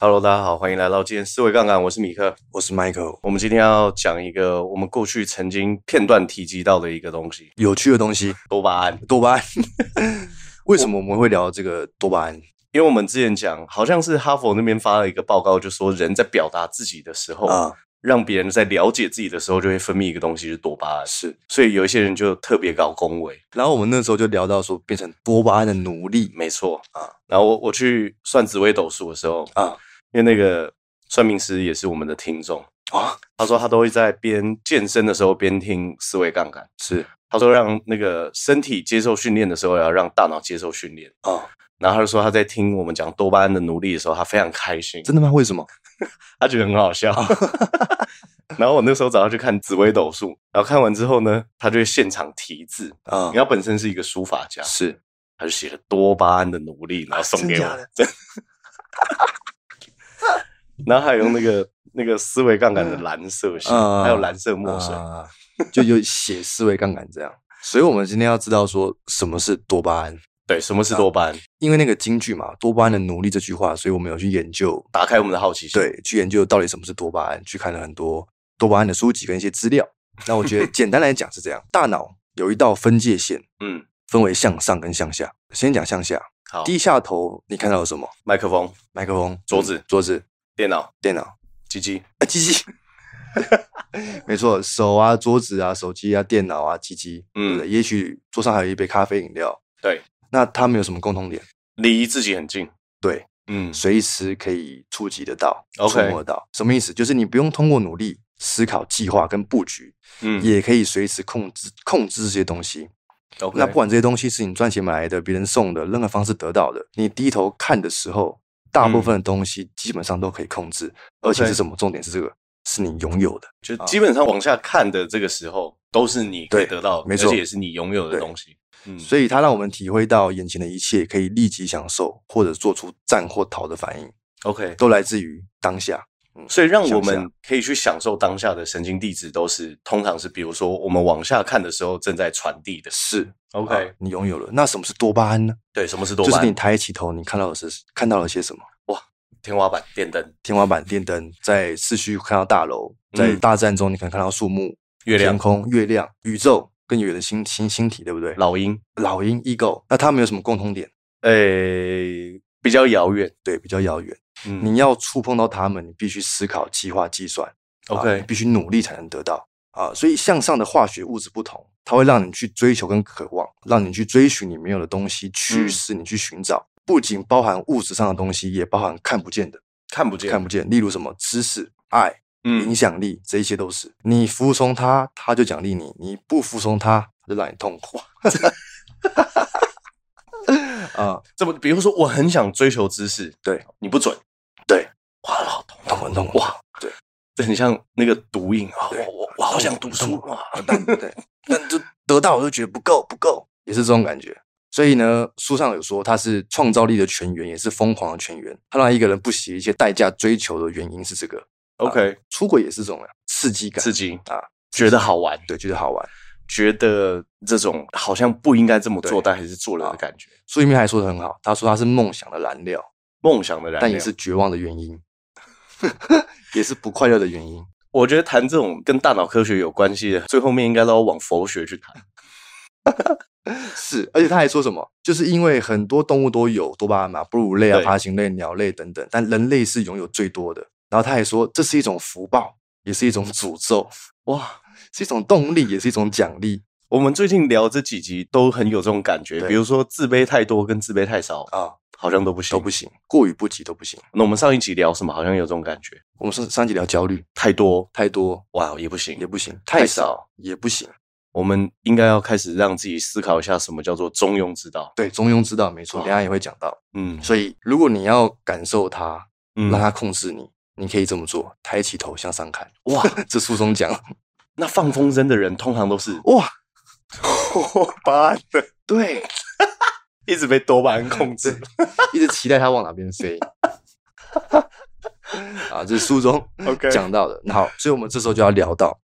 Hello，大家好，欢迎来到今天思维杠杆，我是米克。我是 Michael。我们今天要讲一个我们过去曾经片段提及到的一个东西有趣的东西， ——多巴胺。多巴胺。 为什么我们会聊这个多巴胺因为我们之前讲，好像是哈佛那边发了一个报告，就说人在表达自己的时候，啊？让别人在了解自己的时候，就会分泌一个东西，就是多巴胺。是。所以有一些人就特别搞恭维，然后我们那时候就聊到说，变成多巴胺的奴隶没错啊。然后我我去算紫微斗数的时候，啊因为那个算命师也是我们的听众，啊，他说他都会在边健身的时候边听思维杠杆。是他说让那个身体接受训练的时候，要让大脑接受训练。啊，然后他就说他在听我们讲多巴胺的奴隶的时候，他非常开心，真的哦吗？为什么？他觉得很好笑。然后我那时候找他去看紫微斗数，然后看完之后呢，他就会现场题字，啊因为，他本身是一个书法家，是啊他就写了多巴胺的奴隶，然后送给我，真假的真 然后还有用那个那个思维杠杆的蓝色写，嗯还有蓝色墨水，啊，就有写思维杠杆这样。 所以我们今天要知道说什么是多巴胺，对，什么嗯是多巴胺？因为那个京剧嘛，“多巴胺的奴隶”这句话，所以我们有去研究，打开我们的好奇心。，对，去研究到底什么是多巴胺，去看了很多多巴胺的书籍跟一些资料。那我觉得简单来讲是这样：大脑有一道分界线，嗯，分为向上跟向下。先讲向下，好，低下头你看到了什么？麦克风、麦克风、嗯桌子桌子、电脑、电脑、机机，啊、机器。 没错，手啊、桌子啊、手机啊、电脑啊、机器，嗯对不对也许桌上还有一杯咖啡饮料。对，那它们有什么共同点？离自己很近。对，嗯，随时可以触及得到、 OK 触摸得到。什么意思？就是你不用通过努力思考、计划跟布局，嗯也可以随时控制控制这些东西。 OK，那不管这些东西是你赚钱买来的、别人送的、任何方式得到的，你低头看的时候，大部嗯分的东西基本上都可以控制，而且 OK 是什么？重点是这个是你拥有的。就基本上往下看的这个时候，都是你可以啊对得到的，没错而且也是你拥有的东西。嗯，所以它让我们体会到眼前的一切可以立即享受，或者做出战或逃的反应， OK，都来自于当下。所以让我向们可以去享受当下的神经递质，都是通常是比如说我们往下看的时候正在传递的。是啊 OK，你拥有了。那什么是多巴胺呢？对，什么是多就巴是你胺？抬起头，你看到的是看到了些什么？天花板、电灯、天花板、电灯，在市区看到大楼，在嗯大战中你可能看到树木、月亮天、空、月亮、宇宙，更远的星星星体，对不对？老鹰，老鹰 ego，那它们有什么共同点？诶，比较遥远。对，比较遥远。嗯哎你要触碰到它们，你必须思考、计划、计算啊你，OK，必须努力才能得到啊。所以向上的化学物质不同，它会让你去追求跟渴望，让你去追寻你没有的东西，嗯驱使你去寻找。不仅包含物质上的东西，也包含看不见的、看不见，看不见，例如什么知识、爱、影嗯，响力，这一切都是你服从它，它就奖励你；你不服从它，它就让你痛苦。 啊，这么比如说我很想追求知识，对，你不准，对，哇，老头，痛苦痛苦哇，对，这很像那个毒瘾啊！对我我我好想读书啊懂哇！但对，但就得到我就觉得不够不够，也是这种感觉。所以呢，书上有说它是创造力的泉源，也是疯狂的泉源。它让一个人不惜一切代价追求的原因是这个。 OK，出轨也是这种啊刺激感，刺激啊，觉得好玩，对，觉得好玩。觉得这种好像不应该这么做，对啊但还是做了的感觉，书里面还说的很好，他说它是梦想的燃料，梦想的燃料。但也是，绝望的原因， 也是不快乐的原因。我觉得谈这种跟大脑科学有关系的，最后面应该都要往佛学去谈。是，而且他还说什么，就是因为很多动物都有多巴胺嘛，哺乳类啊、对爬行类、鸟类等等，但人类是拥有最多的。然后他还说，这是一种福报，也是一种诅咒，哇，是一种动力，也是一种奖励我们最近聊这几集都很有这种感觉，对比如说自卑太多跟自卑太少，啊，好像都不行，都不。行，过于不及都不行。那我们上一集聊什么？好像有这种感觉，我们上上集聊焦虑，太多太多哇也不行也。不行，太太少少也不行。我们应该要开始让自己思考一下什么叫做中庸之道。对，中庸之道没错，哇等一下也会讲到。嗯所以，如果你要感受它，嗯让它控制你，你可以这么做：抬起头向上看。哇， 这书中讲，那放风筝的人通常都是哇，巴胺的，对，一直被多巴胺控制。一直期待它往哪边飞。啊，这是书中 OK 讲到的。好，所以我们这时候就要聊到，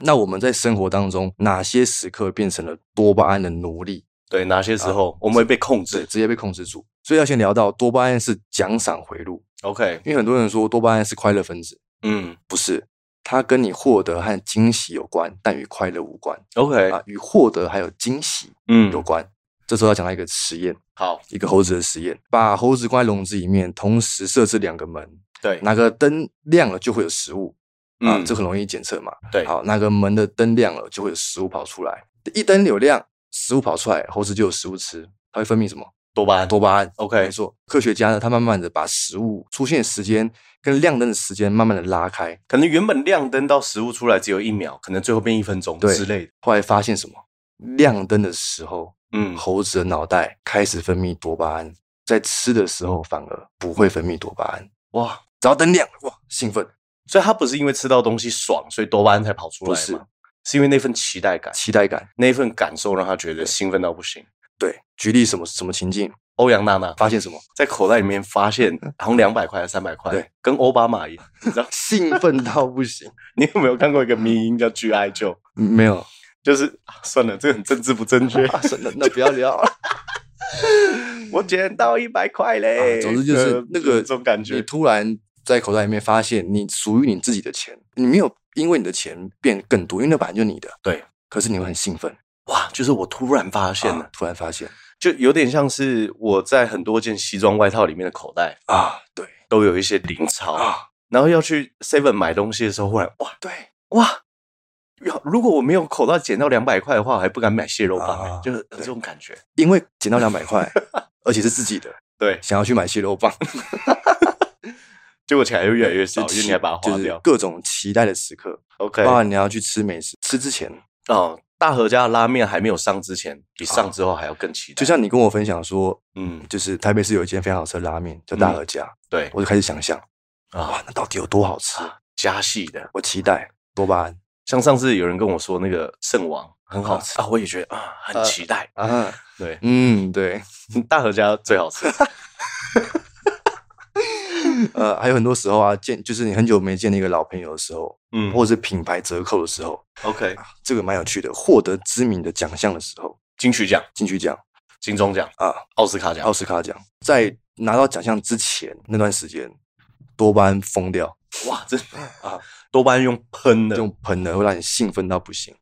那我们在生活当中哪些时刻变成了多巴胺的奴隶？对，哪些时候我们会被控对，制？直接被控制住。所以要先聊到多巴胺是奖赏回路， OK，因为很多人说多巴胺是快乐分子，嗯不是，它跟你获得和惊喜有关，但与快乐无关，OK，啊，与获得还有惊喜嗯有关。这时候要讲到一个实验，好，一个猴子的实验，把猴子关在笼子里面，同时设置两个门，对，哪个灯亮了就会有食物啊，嗯这很容易检测嘛。对，好，哪个门的灯亮了就会有食物跑出来，一灯有亮，食物跑出来，猴子就有食物吃，它会分泌什么？多巴胺，多巴胺。没 OK，错，科学家呢，他慢慢的把食物出现的时间跟亮灯的时间慢慢的拉开，可能原本亮灯到食物出来只有一秒，可能最后变一分钟对之类的，后来发现什么？亮灯的时候，嗯，猴子的脑袋开始分泌多巴胺，在吃的时候反而不会分泌多巴胺。哇，只要灯亮，哇，兴奋，所以他不是因为吃到东西爽，所以多巴胺才跑出来不吗？是是因为那份期待感，期待感。那份感受让他觉得兴奋到不行。对，举例什么什么情境，欧阳娜娜发现什么？在口袋里面发现好像两百块还是三百块，对，跟奥巴马一样。你知道兴奋到 不行。你有没有看过一个迷音叫 GI Joe？嗯没有，就是、啊算了，这个很政治不正 确。啊算了，那不要 聊了。我捡到一百块啊嘞、总之就呃是那个这种感你觉。突然在口袋里面发现你属于你自己的钱，你没有因为你的钱变更多，因为那本来就是你的。对，啊可是你会很兴奋，哇，就是我突然发现了，啊突然发现就有点像是我在很多件西装外套里面的口袋啊，对都有一些零钞，啊，然后要去 Seven 买东西的时候，忽然哇对，哇。要如果我没有口袋捡到两百块的话，我还不敢买蟹肉棒、欸啊就是这种感觉。因为捡到两百块，而且是 自己的，对，想要去买蟹肉棒，结果钱又越来越 少，因为期你还把它花就是掉。各种期待的时刻， OK，包含你要去吃美食，吃之前，哦，大和家的拉面还没有上之前，比上之后还要更期待。就像你跟我分享说，嗯，就是台北市有一间非常好吃的拉面叫大和家，对我就开始想象，嗯啊，哇，那到底有多好吃？加戏的，我期待多巴胺像上次有人跟我说那个圣王很好吃啊，我也觉得啊很呃期待。啊，对，嗯，对，大和家最好 吃。呃，还有很多时候啊，见就是你很久没见的一个老朋友的时候，嗯或者是品牌折扣的时候， ，OK，这个蛮有趣的。获得知名的奖项的时候，金曲奖、进去奖金钟奖、啊，奥斯卡奖奥，斯卡奖，在拿到奖项之前那段时间，多巴胺疯掉，哇，这啊 多巴胺用喷的这，种喷的会让你兴奋到不行。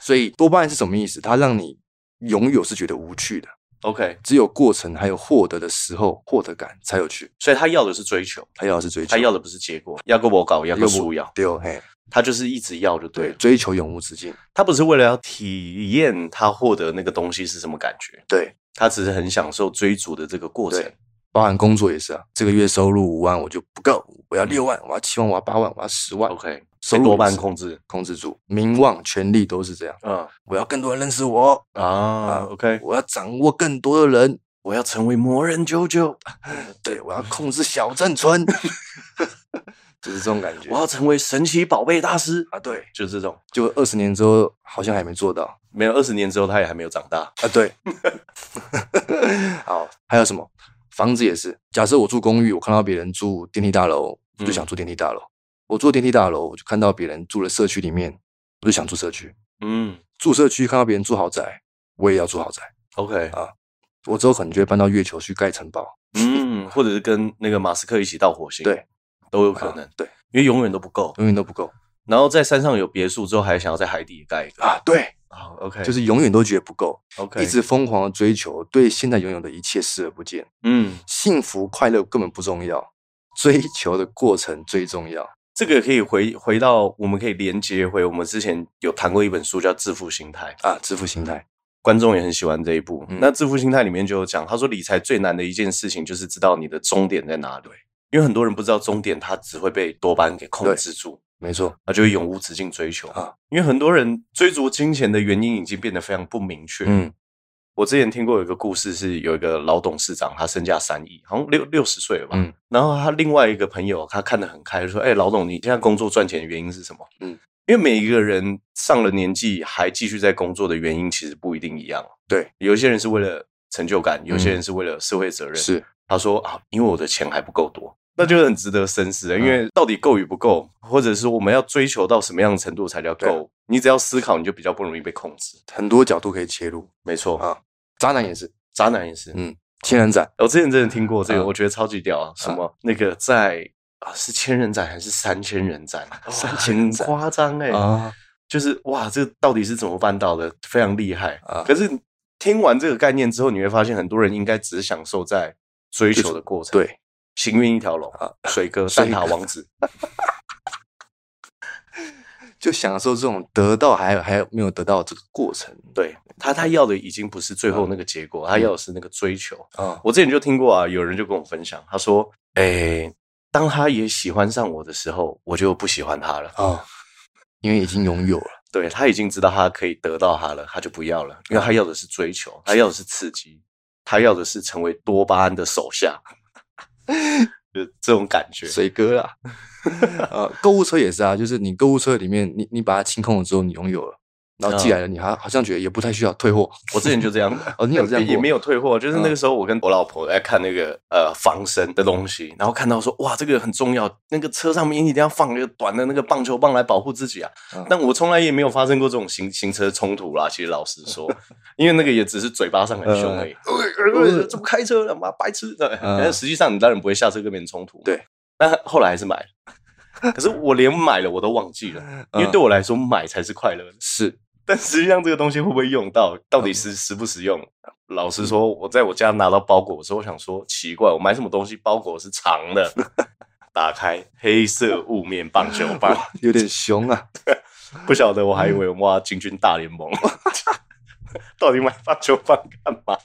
所以多巴胺是什么意思？它让你拥有是觉得无趣的， OK，只有过程还有获得的时候获得感才有趣。所以他要的是追求，他要的是追求，他要的不是结果，要个我搞，要个输要，对哦，嘿，他就是一直要就对对，了。追求永无止境，他不是为了要体验他获得那个东西是什么感觉，对，他只是很享受追逐的这个过程对。包含工作也是啊。这个月收入五万我就不够，我要六万，我要七万，我要八万，我要十万， OK，收被入多巴胺也是控制。控制住，名望、权力都是这样。嗯我要更多人认识我，啊，OK，我要掌握更多的人，我要成为魔人啾啾，对，我要控制小镇 村，就是这种感觉。我要成为神奇宝贝大师，啊，对，就是这种。就二十年之后好像还没做到没有二十年之后，他也还没有长大。啊，对。 好，还有什么？房子也是，假设我住公寓，我看到别人住电梯大楼，我嗯就想住电梯大楼；我住电梯大楼，我就看到别人住了社区里面，我就想住社区；嗯住社区看到别人住豪宅，我也要住豪宅。 ，OK，我之后可能就会搬到月球去盖城堡，嗯，或者是跟那个马斯克一起到火星，对，都有可能啊，对，因为永远都不够。永远都不够然后在山上有别墅之后，还想要在海底也盖一个。啊，对，啊，OK，就是永远都觉得不够。 OK，一直疯狂的追求，对现在拥有的一切视而不见。嗯，幸福快乐根本不重要，追求的过程最重要。这个可以回回到，我们可以连接回我们之前有谈过一本书叫《致富心态》，啊，致富心态观众也很喜欢这一部。嗯那《致富心态》里面就有讲，他说理财最难的一件事情就是知道你的终点在哪里，因为很多人不知道终点，他只会被多巴胺给控制住，没错，他就会永无止境追求。啊因为很多人追逐金钱的原因已经变得非常不明确。嗯我之前听过有一个故事，是有一个老董事长，他身价三亿，好像六六十岁了吧。嗯然后他另外一个朋友，他看得很开，就说：“哎、老董，你现在工作赚钱的原因是什么？”嗯，因为每一个人上了年纪还继续在工作的原因，其实不一定一样。啊对，嗯有一些人是为了成就感，有些人是为了社会责任。是嗯他说啊，因为我的钱还不够多，那就很值得深思。啊因为到底够与不够，或者是我们要追求到什么样的程度才叫对啊够？你只要思考，你就比较不容易被控制。很多角度可以切入。没错，啊渣男也是，渣男也是，嗯，千人斩，我之前真的听过这个，嗯我觉得超级屌啊！什么那个在啊是千人斩还是三千人斩？三千人斩很夸张哎啊！就是哇，这到底是怎么办到的？非常厉害啊可是听完这个概念之后，你会发现很多人应该只享受在追求的过程。，对，行运一条龙啊，水哥水蛋哥挞王子， 就享受这种得到还有还有没有得到这个过程对他他要的已经不是最后那个结果，他要的是那个追求。啊，我之前就听过啊，有人就跟我分享，他说：“诶、当他也喜欢上我的时候，我就不喜欢他了。啊，因为已经拥有了，对他已经知道他可以得到他了，他就不要了，因为他要的是追求，他要的是刺激，他要的是成为多巴胺的手下，就这种感觉。水哥 啦。呃，购物车也是啊，就是你购物车里面，你你把它清空了之后，你拥有了，然后寄来了，你还好像觉得也不太需要退货。我之前 ，就这样哦你有这样过嗯也没有退货，就是那个时候我跟我老婆在看那个呃防身的东西，然后看到说哇这个很重要，那个车上面一定要放那个短的那个棒球棒来保护自己啊。嗯但我从来也没有发生过这种行行车冲突啦，其实老实 说，因为那个也只是嘴巴上很凶而已，呃呃怎么开车了妈白痴的，嗯 但实际上你当然不会下车跟别人冲突，对。但后来还是买了， 可是我连买了我都忘记了，嗯因为对我来说买才是快乐的。 是但实际上这个东西会不会用到，到嗯底实实不实用？老实说，我在我家拿到包裹的时候，我想说奇怪，我买什么东西包裹是长 的？打开黑色雾面棒球棒，有点凶啊， 不晓得我还以嗯为哇进军大联盟， 到底买棒球棒干嘛？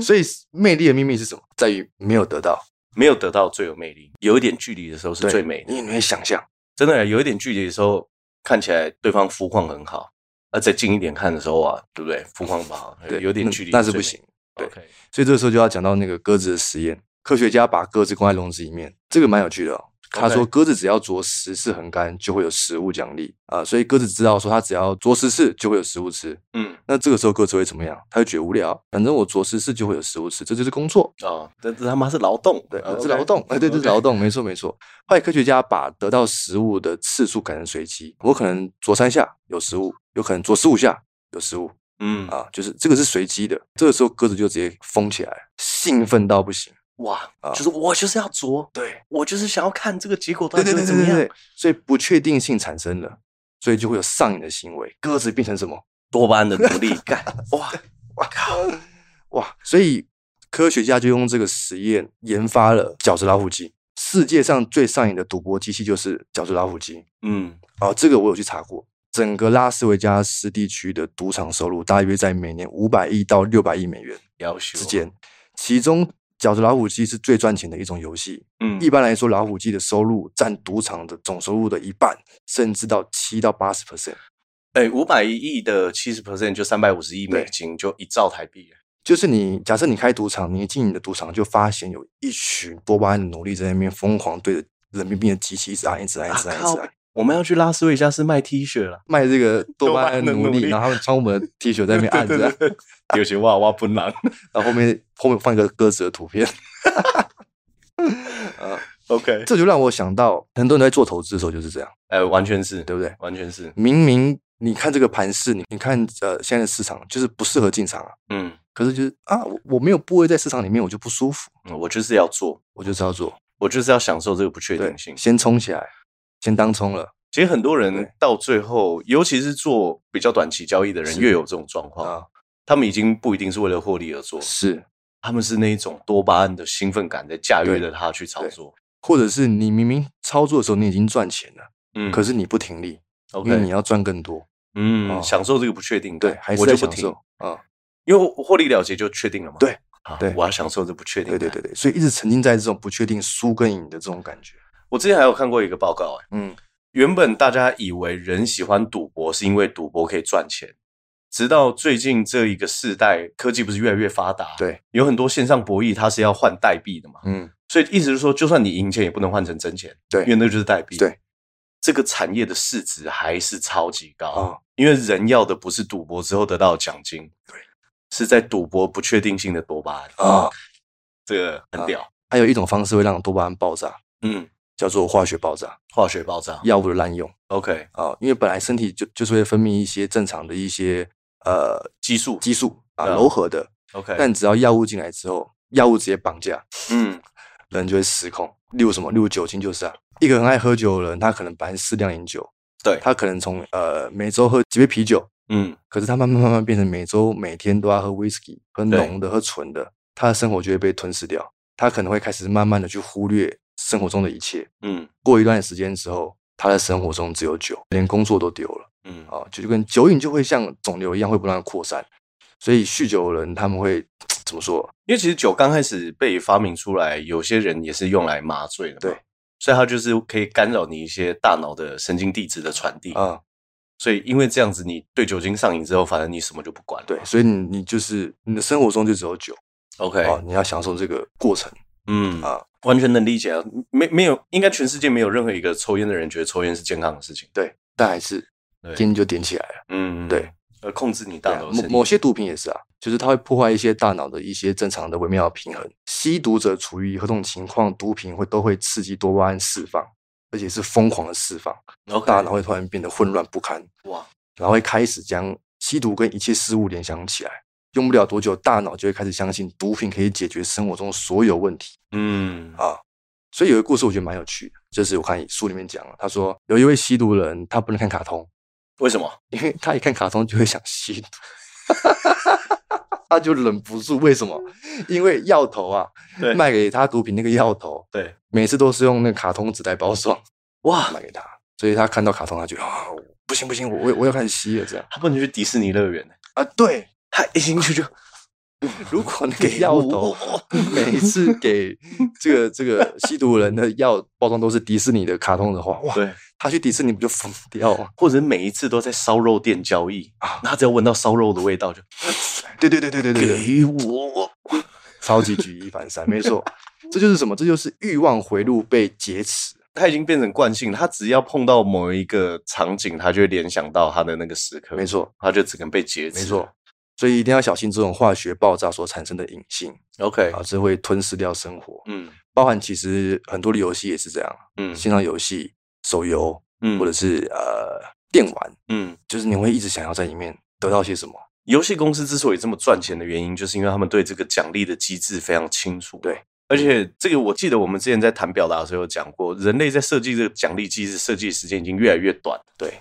所以魅力的秘密是什么？在于没有得到，没有得到最有魅力，有一点距离的时候是对最美的因。为你会想象，真的有一点距离的时候，看起来对方肤况很好，而再近一点看的时候啊，对不对？肤况不好， 对，有点那距离那是最不美行。对 OK 所以这时候就要讲到那个鸽子的实验，科学家把鸽子关在笼子里面，这个蛮有趣的哦。他 OK 说，鸽子只要啄十次横杆，就会有食物奖励啊、所以鸽子知道说，它只要啄十次就会有食物吃。嗯，那这个时候鸽子会怎么样？它会觉得无聊，反正我啄十次就会有食物吃，这就是工作。哦，这这他妈是劳动，对，啊呃 OK 是劳动，哎，对，这是 OK 劳动，没错没错。后来科学家把得到食物的次数改成随机，我可能啄三下有食物，有可能啄十五下有食物嗯啊，就是这个是随机的。这个时候鸽子就直接疯起来了，兴奋到不行。哇啊，就是我就是要啄，对，我就是想要看这个结果到对底对会对怎对么对样对。，所以不确定性产生了，所以就会有上瘾的行为。鸽子变成什么？多巴胺的奴隶，干 哇，哇靠！哇，所以科学家就用这个实验研发了饺子老虎机。世界上最上瘾的赌博机器就是饺子老虎机。嗯，哦，这个我有去查过，整个拉斯维加斯地区的赌场收入大约在每年五百亿到六百亿美元要求之，间，其中饺子老虎机是最赚钱的一种游戏。嗯一般来说，老虎机的收入占赌场的总收入的一半，甚至到七到八十 percent。哎，五百亿的七十 percent 就三百五十亿美对金，就一兆台币，就是你假设你开赌场，你一进你的赌场就发现有一群多巴胺的奴隶在那边疯狂对着人民币的机器一直按，一直按，一啊直按，一靠直按。我们要去拉斯维加斯卖 T 恤了。卖这个多多巴巴胺胺的的奴奴隶，隶然后他们穿我们的 T 恤在那边按着， 对对对，有些哇哇不 狼然后后面后面放一个鸽子的图片， ，OK，这就让我想到很多人在做投资的时候就是这样，呃，完全是，对不对？完全是，明明你看这个盘势，你你看呃现在的市场就是不适合进场啊，嗯，可是就是啊我我没有部位在市场里面，我就不舒服，嗯我就是要做，我就是要做，我就是要享受这个不确对定性，。先冲起来，先当冲了其实很多人对到最后，尤其是做比较短期交易的人，是越有这种状况。啊，他们已经不一定是为了获利而做，是，他们是那一种多巴胺的兴奋感在驾驭对着他去炒作。或者是你明明操作的时候你已经赚钱了，嗯，可是你不停利，因为你 OK，要赚更多，嗯，哦享受这个不确定感，对，还是我就在不停享受，啊。因为我获利了结就确定了嘛。对啊，对我要享受这不确定对感。对对对，所以一直沉浸在这种不确定输跟赢的这种感觉。我之前还有看过一个报告、哎，嗯，原本大家以为人喜欢赌博是因为赌博可以赚钱，直到最近这一个世代，科技不是越来越发达，对，有很多线上博弈它是要换代币的嘛，嗯，所以意思是说，就算你赢钱，也不能换成真钱，对因为那就是代币。对，这个产业的市值还是超级高，哦因为人要的不是赌博之后得到的奖金，对，是在赌博不确定性的多巴胺啊这个哦很屌，还有一种方式会让多巴胺爆炸，嗯，叫做化学爆炸，化学爆炸药物的滥用，OK，啊、因为本来身体就就是会分泌一些正常的一些呃激素激素啊，嗯柔和的， ，OK，但只要药物进来之后，药物直接绑架，嗯人就会失控。例如什么？例如酒精就是啊，一个很爱喝酒的人，他可能本来是适量饮酒，对他可能从呃每周喝几杯啤酒，嗯可是他慢慢慢慢变成每周每天都要喝 whisky，喝对浓的，喝纯的，他的生活就会被吞噬掉。他可能会开始慢慢的去忽略生活中的一切。嗯过一段时间之后，他的生活中只有酒，连工作都丢了嗯啊！就就跟酒瘾就会像肿瘤一样，会不断的扩散。所以酗酒的人他们会怎么说？因为其实酒刚开始被发明出来，有些人也是用来麻醉的，对，所以它就是可以干扰你一些大脑的神经递质的传递，啊，所以因为这样子，你对酒精上瘾之后，反正你什么就不管了，对，所以你你就是你的生活中就只有酒，OK，啊，你要享受这个过程。嗯啊，完全能理解啊，没没有，应该全世界没有任何一个抽烟的人觉得抽烟是健康的事情，对，但还是对今天就点起来了。嗯，对，呃，控制你对大啊脑某神经某些毒品也是啊，就是它会破坏一些大脑的一些正常的微妙的平衡。吸毒者处于何种情况，毒品会都会刺激多巴胺释放，而且是疯狂的释放， ，OK，大脑会突然变得混乱不堪，哇，然后会开始将吸毒跟一切事物联想起来。用不了多久，大脑就会开始相信毒品可以解决生活中所有问题。嗯啊所以有一个故事我觉得蛮有趣的，就是我看书里面讲了，他说有一位吸毒人，他不能看卡通，为什么？因为他一看卡通就会想吸毒，他 就忍不住。为什么？因为药头啊，对卖给他毒品那个药头，对，每次都是用那个卡通纸袋包装哇，卖给他，所以他看到卡通，他就啊，不行不行，我我我要开始吸了这样他不能去迪士尼乐园，啊，对。他一进去 就如果那个药 头每次给这个这个吸毒人的药包装都是迪士尼的卡通的话，哇，对，他去迪士尼不就疯掉吗？或者每一次都在烧肉店交易啊那他只要闻到烧肉的味道就 对对对对对对对，给我，超级举一反三，没错，这就是什么？这就是欲望回路被劫持。他已经变成惯性了。他只要碰到某一个场景，他就会联想到他的那个时刻，没，错，他就只能被劫持。没错，所以一定要小心这种化学爆炸所产生的隐性，OK，啊，这会吞噬掉生活。嗯包含其实很多的游戏也是这样，嗯线上游戏、手游嗯，或者是呃电玩，嗯，就是你会一直想要在里面得到些什么。游戏公司之所以这么赚钱的原因，就是因为他们对这个奖励的机制非常清楚。对。而且这个我记得我们之前在谈表达的时候有讲过，人类在设计这个奖励机制设计的时间已经越来越短。对，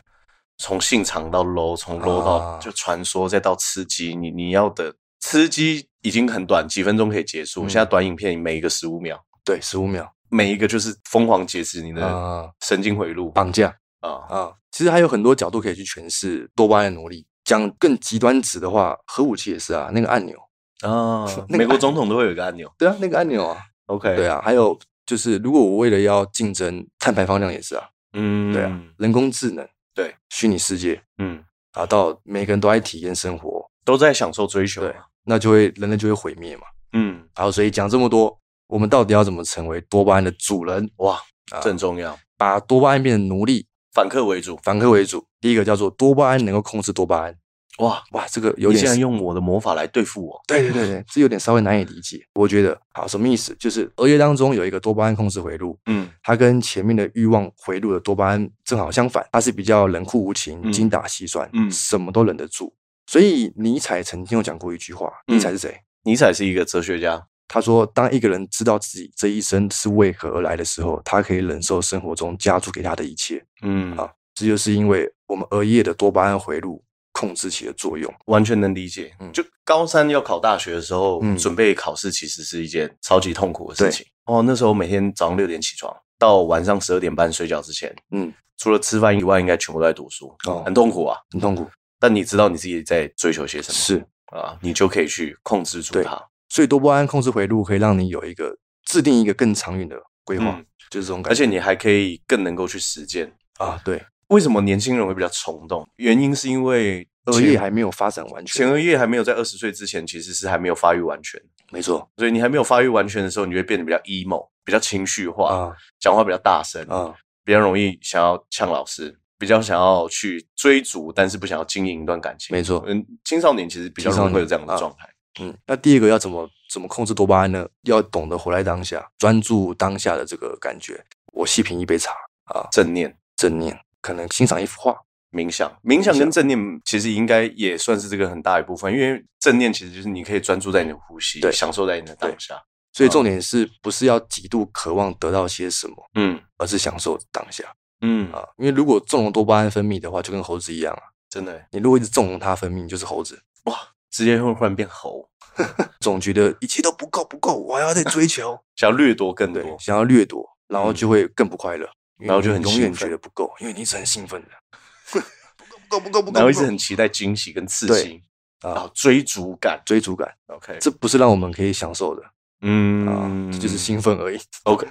从信长到 low，从 low 到、啊就传说，再到吃鸡，你你要的吃鸡已经很短，几分钟可以结束。嗯现在短影片每一个十五秒，对，十五秒每一个就是疯狂劫持你的啊，神经回路绑架啊！啊，其实还有很多角度可以去诠释多巴胺的奴隶。讲更极端值的话，核武器也是啊，那个按钮，啊那，个美国总统都会有一个按钮对啊，那个按钮啊， ，OK，对啊，啊，还有就是，如果我为了要竞争碳排放量也是啊，嗯，对啊，人工智能，对，虚拟世界嗯，啊，到每个人都爱体验生活，都在享受追求嘛，对，那就会人类就会毁灭嘛。嗯，然后所以讲这么多，我们到底要怎么成为多巴胺的主人？哇，啊这很重要，把多巴胺变成奴隶，反客为主，反客为主。第一个叫做多巴胺能够控制多巴胺，哇，哇，这个有你点竟然用我的魔法来对付我，对对对对，这有点稍微难以理解。我觉得好什么意思？就是额叶当中有一个多巴胺控制回路，嗯它跟前面的欲望回路的多巴胺正好相反，它是比较冷酷无情、嗯精打细算，嗯什么都忍得住。所以尼采曾经有讲过一句话，嗯尼采是谁？尼采是一个哲学家，他说：“当一个人知道自己这一生是为何而来的时候，他可以忍受生活中加注给他的一切。嗯，啊这就是因为我们额叶的多巴胺回路控制起的作用。完全能理解。嗯就高三要考大学的时候，嗯准备考试其实是一件超级痛苦的事情。哦，那时候每天早上六点起床，到晚上十二点半睡觉之前，嗯，除了吃饭以外，应该全部都在读书，哦很痛苦啊。很痛苦，但你知道你自己在追求些什么，是。啊，你就可以去控制住对它。所以多巴胺控制回路可以让你有一个制定一个更长远的规划，嗯就是这种感而觉。且你还可以更能够去实践。啊，对，为什么年轻人会比较冲动？原因是因为额叶还没有发展完前全，额叶还没有在二十岁之前，其实是还没有发育完全。没错所以你还没有发育完全的时候，你会变得比较 emo，比较情绪化，啊讲话比较大声，啊，比较容易想要呛老师，比较想要去追逐，但是不想要经营一段感情。没错嗯，青少年其实比较青少容易年会有这样的状态。嗯。那第二个要怎么怎么控制多巴胺呢？要懂得活在当下，专注当下的这个感觉。我细品一杯茶，正念，正念，可能欣赏一幅画，冥想，冥想跟正念其实应该也算是这个很大一部分，因为正念其实就是你可以专注在你的呼吸，对享受在你的当下。所以重点是不是要极度渴望得到些什么，嗯而是享受当下嗯，啊？因为如果纵容多巴胺分泌的话，就跟猴子一样啊，真的你如果一直纵容它分泌，你就是猴子，直接会忽然变猴，总觉得一切都不够不够，我还要再追求， 想要掠夺更对，多。想要掠夺，然后就会更不快乐，嗯因为然后就你很永远兴奋觉得不够，因为你一直很兴奋 的，不够不够不够不够，然后一不直够很期待惊喜跟刺对激，然啊后追逐感。追逐感， OK，啊这不是让我们可以享受的啊嗯，，这就是兴奋而已， OK，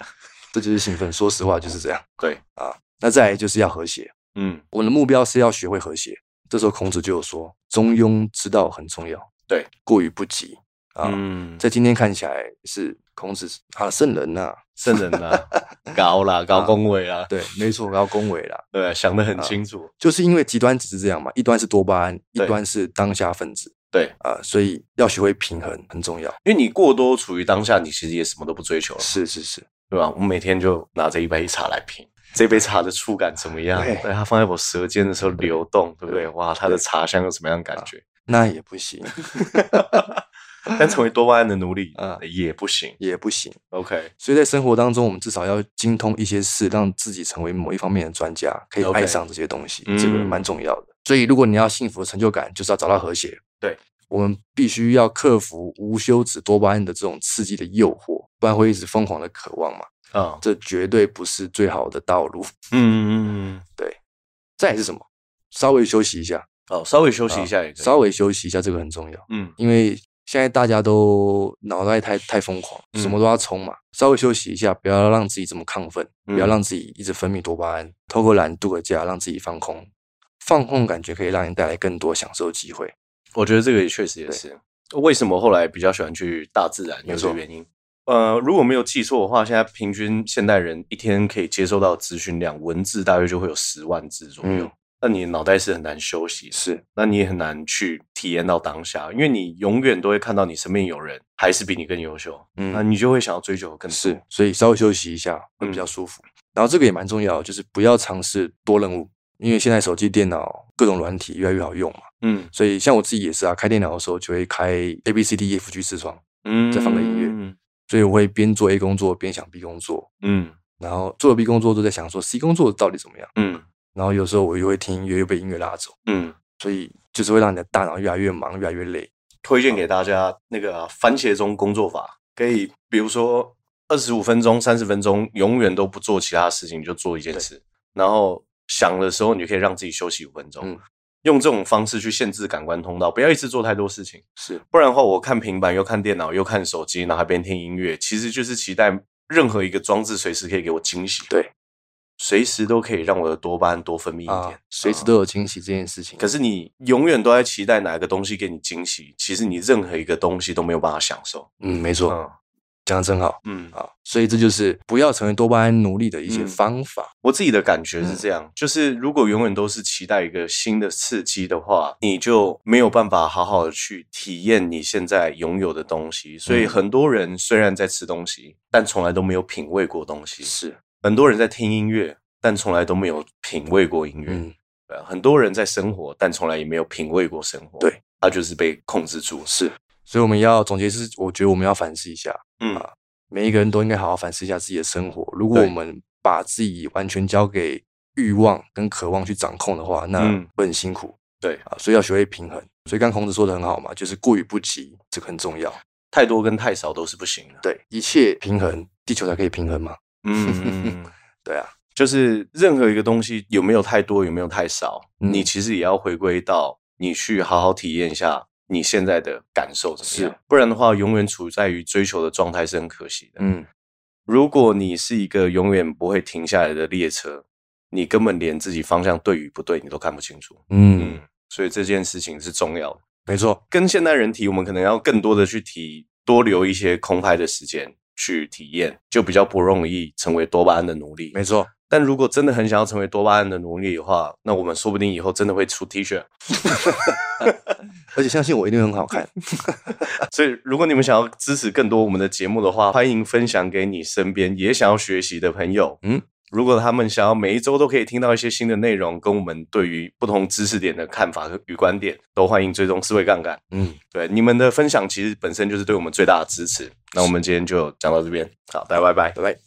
这就是兴奋，说实话就是这样，对啊，那再来就是要和谐，嗯，我们的目标是要学会和谐。这时候孔子就有说：“中庸之道很重要，对，过于不及啊。嗯，在今天看起来是孔子啊，圣人呐、圣人 啊，高啦，高恭维啦，对，没错，我要恭维啦。啊对啊，想得很清楚，就是因为极端只是这样嘛，一端是多巴胺，一对端是当下分子对，哦啊，所以要学会平衡很重要。因为你过多处于当下，你其实也什么都不追求了，是是是，对吧？我每天就拿着一杯茶来品，这杯茶的触感怎么样？对对，它放在我舌尖的时候流动，对不对？啊哇，它的茶香有什么样的感觉？那也不行，但成为多巴胺的奴隶啊也不行。也不行。 OK，所以在生活当中，我们至少要精通一些事，让自己成为某一方面的专家，可以 OK 爱上这些东西嗯这个蛮重要的。所以，如果你要幸福的成就感，就是要找到和谐。对，我们必须要克服无休止多巴胺的这种刺激的诱惑，不然会一直疯狂的渴望嘛。啊，这绝对不是最好的道路。嗯嗯嗯嗯，再来是什么？稍微休息一下，哦，稍微休息一下也可以。稍，微休息一下，这个很重要，嗯，因为现在大家都脑袋太太疯狂，嗯什么都要冲嘛。稍微休息一下，不要让自己这么亢奋。不不要让自己一直分泌多巴胺，透过懒度个假，让自己放空。放空感觉可以让你带来更多享受机会。我觉得这个也确实也是为什么后来比较喜欢去大自然，有这个没错原因。呃，如果没有记错的话，现在平均现代人一天可以接收到的资讯量，文字大约就会有十万字左右嗯。那、你的脑袋是很难休息的，是那你也很难去体验到当下，因为你永远都会看到你身边有人还是比你更优秀，嗯那你就会想要追求更多。是，所以稍微休息一下会比较舒服。然后这个也蛮重要的，就是不要尝试多任务，因为现在手机、电脑各种软体越来越好用嘛。嗯所以像我自己也是啊，开电脑的时候就会开 A B C D E F G 视窗，嗯再放个音乐乐，所以我会边做 A 工作边想 B 工作，嗯然后做了 B 工作都在想说 C 工作到底怎么样。嗯然后有时候我又会听音乐，又被音乐拉走，嗯。所以就是会让你的大脑越来越忙，越来越累。推荐给大家那个啊、番茄钟工作法，可以比如说二十五分钟、三十分钟，永远都不做其他事情，你就做一件事，然后想的时候，你就可以让自己休息五分钟。嗯用这种方式去限制感官通道，不要一次做太多事情，是，不然的话，我看平板又看电脑又看手机，然后还边听音乐，其实就是期待任何一个装置随时可以给我惊喜，对，随时都可以让我的多巴胺多分泌一点啊，，随时啊都有惊喜这件事情。可是你永远都在期待哪个东西给你惊喜，其实你任何一个东西都没有办法享受。嗯，没错，嗯讲的真好嗯，啊。所以这就是不要成为多巴胺奴隶的一些嗯方法。我自己的感觉是这样，嗯就是如果永远都是期待一个新的刺激的话，你就没有办法好好的去体验你现在拥有的东西。所以嗯很多人虽然在吃东西，但从来都没有品味过东西；是，很多人在听音乐，但从来都没有品味过音乐。嗯，对啊很多人在生活，但从来也没有品味过生活。对，他就是被控制住。是。所以我们要总结是，我觉得我们要反思一下，嗯啊每一个人都应该好好反思一下自己的生活。如果对我们把自己完全交给欲望跟渴望去掌控的话，那嗯会很辛苦对，啊。所以要学会平衡。所以刚刚孔子说的很好嘛，就是过与不及，这个很重要。太多跟太少都是不行的。对，一切平衡，地球才可以平衡嘛。 嗯，对啊，就是任何一个东西有没有太多，有没有太少，嗯你其实也要回归到你去好好体验一下你现在的感受怎么样是，不然的话，永远处在于追求的状态是很可惜的。嗯，如果你是一个永远不会停下来的列车，你根本连自己方向对与不对你都看不清楚。嗯，，所以这件事情是重要的。没错，跟现代人提，我们可能要更多的去提，多留一些空拍的时间去体验，就比较不容易成为多巴胺的奴隶。没错，但如果真的很想要成为多巴胺的奴隶的话，那我们说不定以后真的会出 T 恤。 而且相信我一定很好看。所以，如果你们想要支持更多我们的节目的话，欢迎分享给你身边也想要学习的朋友。嗯，如果他们想要每一周都可以听到一些新的内容，跟我们对于不同知识点的看法和与观点，都欢迎追踪思维杠杆。嗯，对你们的分享，其实本身就是对我们最大的支持。那我们今天就讲到这边，好，大家拜拜，拜拜。